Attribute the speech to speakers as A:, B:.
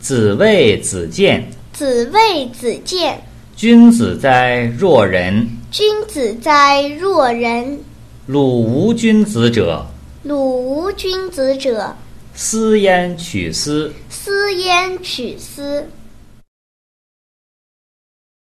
A: 子谓子建，
B: 子谓子建，
A: 君子哉若人！
B: 君子哉若人！
A: 鲁无君子者，
B: 鲁无君子者，
A: 斯焉取斯。
B: 斯焉取斯。